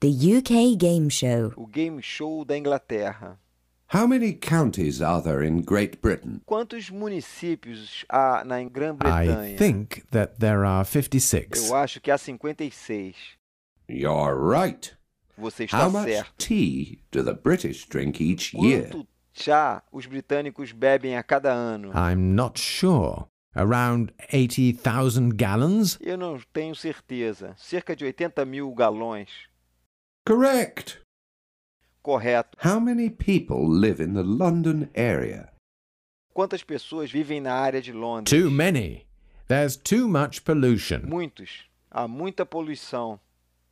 The UK Game Show. o game show da Inglaterra. How many counties are there in Great Britain? Quantos municípios há na I Grã-Bretanha? think that there are 56. Eu acho que há 56. You're right. Você está How much certo. tea do the British drink each year? Quanto chá os britânicos bebem a cada ano? I'm not sure. Around 80,000 gallons? Eu não tenho certeza. Cerca de 80 mil galões. Correct. Correto. How many people live in the London area? Quantas pessoas vivem na área de Londres? Too many. There's too much pollution. Muitos. Há muita poluição.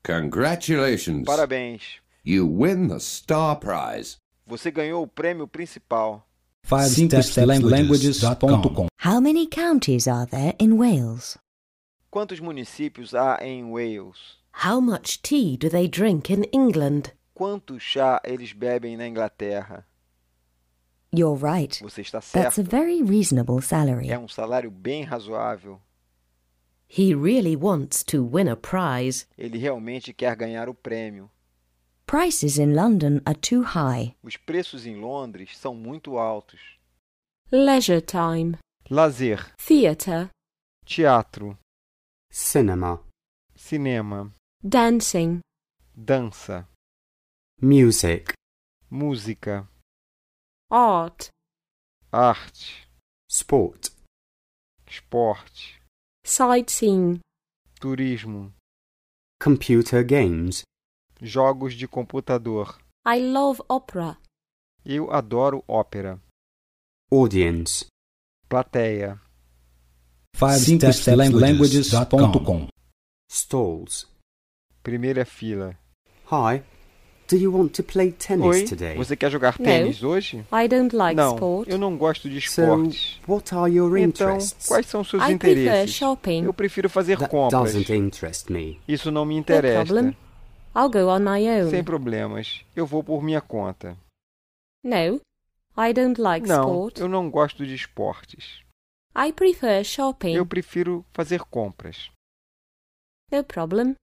Congratulations. Parabéns. You win the Star Prize. Você ganhou o prêmio principal. Cinquestepslanguages.com How many counties are there in Wales? Quantos municípios há em Wales? How much tea do they drink in England? Quanto chá eles bebem na Inglaterra? You're right. Você está That's a certo. very reasonable salary. É um salário bem razoável. He really wants to win a prize. Ele realmente quer ganhar o prêmio. Prices in London are too high. Os preços em Londres são muito altos. leisure time, Lazer, theatre, teatro, Cinema. cinema, dancing, dança, Music. música, art, arte, Sport. esporte, sightseeing, turismo, Computer games. jogos de computador. I love opera, Eu adoro ópera, Audience. plateia, Cinquestepslanguages.com Stalls. primeira fila. Hi. Do you want to play tennis Oi, today? você quer jogar No. tênis hoje? I don't like não, sport, eu não gosto de So, esportes. what are your Então, interests? quais são seus I prefer interesses? shopping. Eu prefiro fazer That compras. doesn't interest me. Isso não me no interessa. problem. I'll go on my own. Sem problemas. Eu vou por minha conta. No, I don't like não, sport. eu não gosto de esportes. I prefer shopping. Eu prefiro fazer compras. No problem.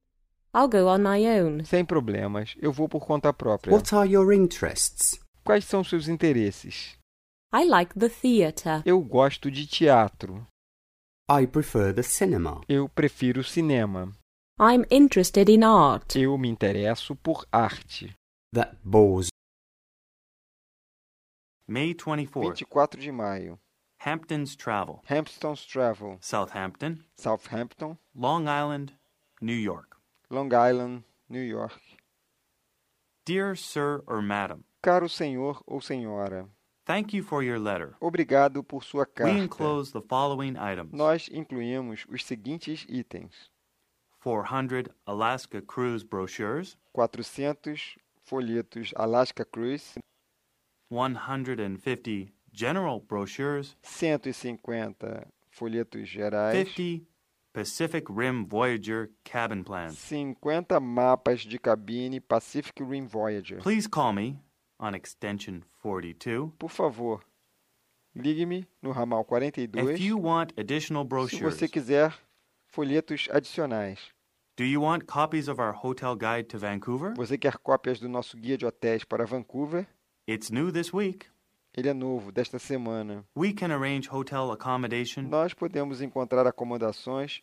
I'll go on my own. Sem problemas. Eu vou por conta própria. What are your interests? Quais são seus interesses? I like the theatre. Eu gosto de teatro. I prefer the cinema. Eu prefiro cinema. I'm interested in art. Eu me interesso por arte. That bores. May 24th, 24 de maio. Hampton's Travel, Hampton's Travel. Southampton, Southampton. Long Island, New York. Long Island, New York. Dear Sir or Madam, Caro senhor ou senhora, thank you for your letter. obrigado por sua We carta. enclose the following items Nós incluímos os seguintes itens. 400 Alaska Cruise brochures, 400 folhetos Alaska Cruise, 150 general brochures, 150 folhetos gerais, 50 Pacific Rim Voyager cabin plans. 50 mapas de cabine Pacific Rim Voyager. Please call me on extension 42 Por favor, ligue-me no ramal if you 42 want additional se brochures. você quiser folhetos adicionais. Do you want copies of our hotel guide to Vancouver? Você quer cópias do nosso guia de hotéis para Vancouver? It's new this week. Ele é novo, desta semana. We can arrange hotel accommodation Nós podemos encontrar acomodações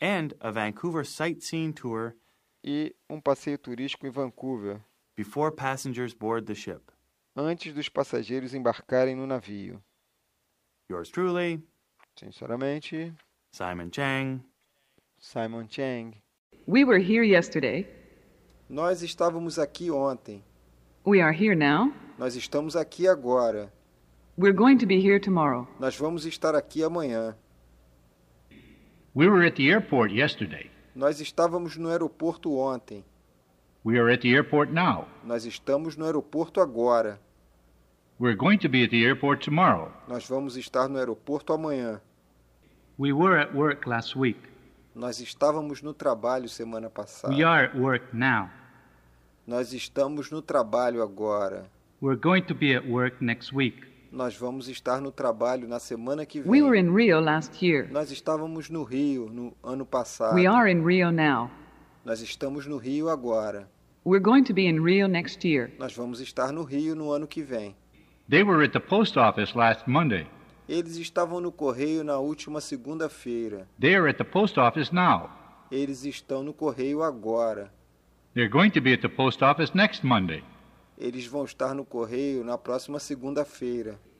and a Vancouver sightseeing tour e um passeio turístico em Vancouver before passengers board the ship. antes dos passageiros embarcarem no navio. Yours truly, Sinceramente, Simon Chang. Simon Chang. We were here yesterday. Nós estávamos aqui ontem. We are here now. Nós estamos aqui agora. We're going to be here tomorrow. Nós vamos estar aqui amanhã. We were at the airport yesterday. Nós estávamos no aeroporto ontem. We are at the airport now. Nós estamos no aeroporto agora. We're going to be at the airport tomorrow. Nós vamos estar no aeroporto amanhã. We were at work last week. Nós estávamos no trabalho semana passada. We are at work now. Nós estamos no trabalho agora. We're going to be at work next week. Nós vamos estar no trabalho na semana que vem. We were in Rio last year. Nós estávamos no Rio no ano passado. We are in Rio now. Nós estamos no Rio agora. We're going to be in Rio next year. Nós vamos estar no Rio no ano que vem. They were at the post office last Monday. Eles estavam no correio na última segunda-feira. They are at the post office now. Eles estão no correio agora. They're going to be at the post office next Monday. Eles vão estar no correio na próxima segunda-feira.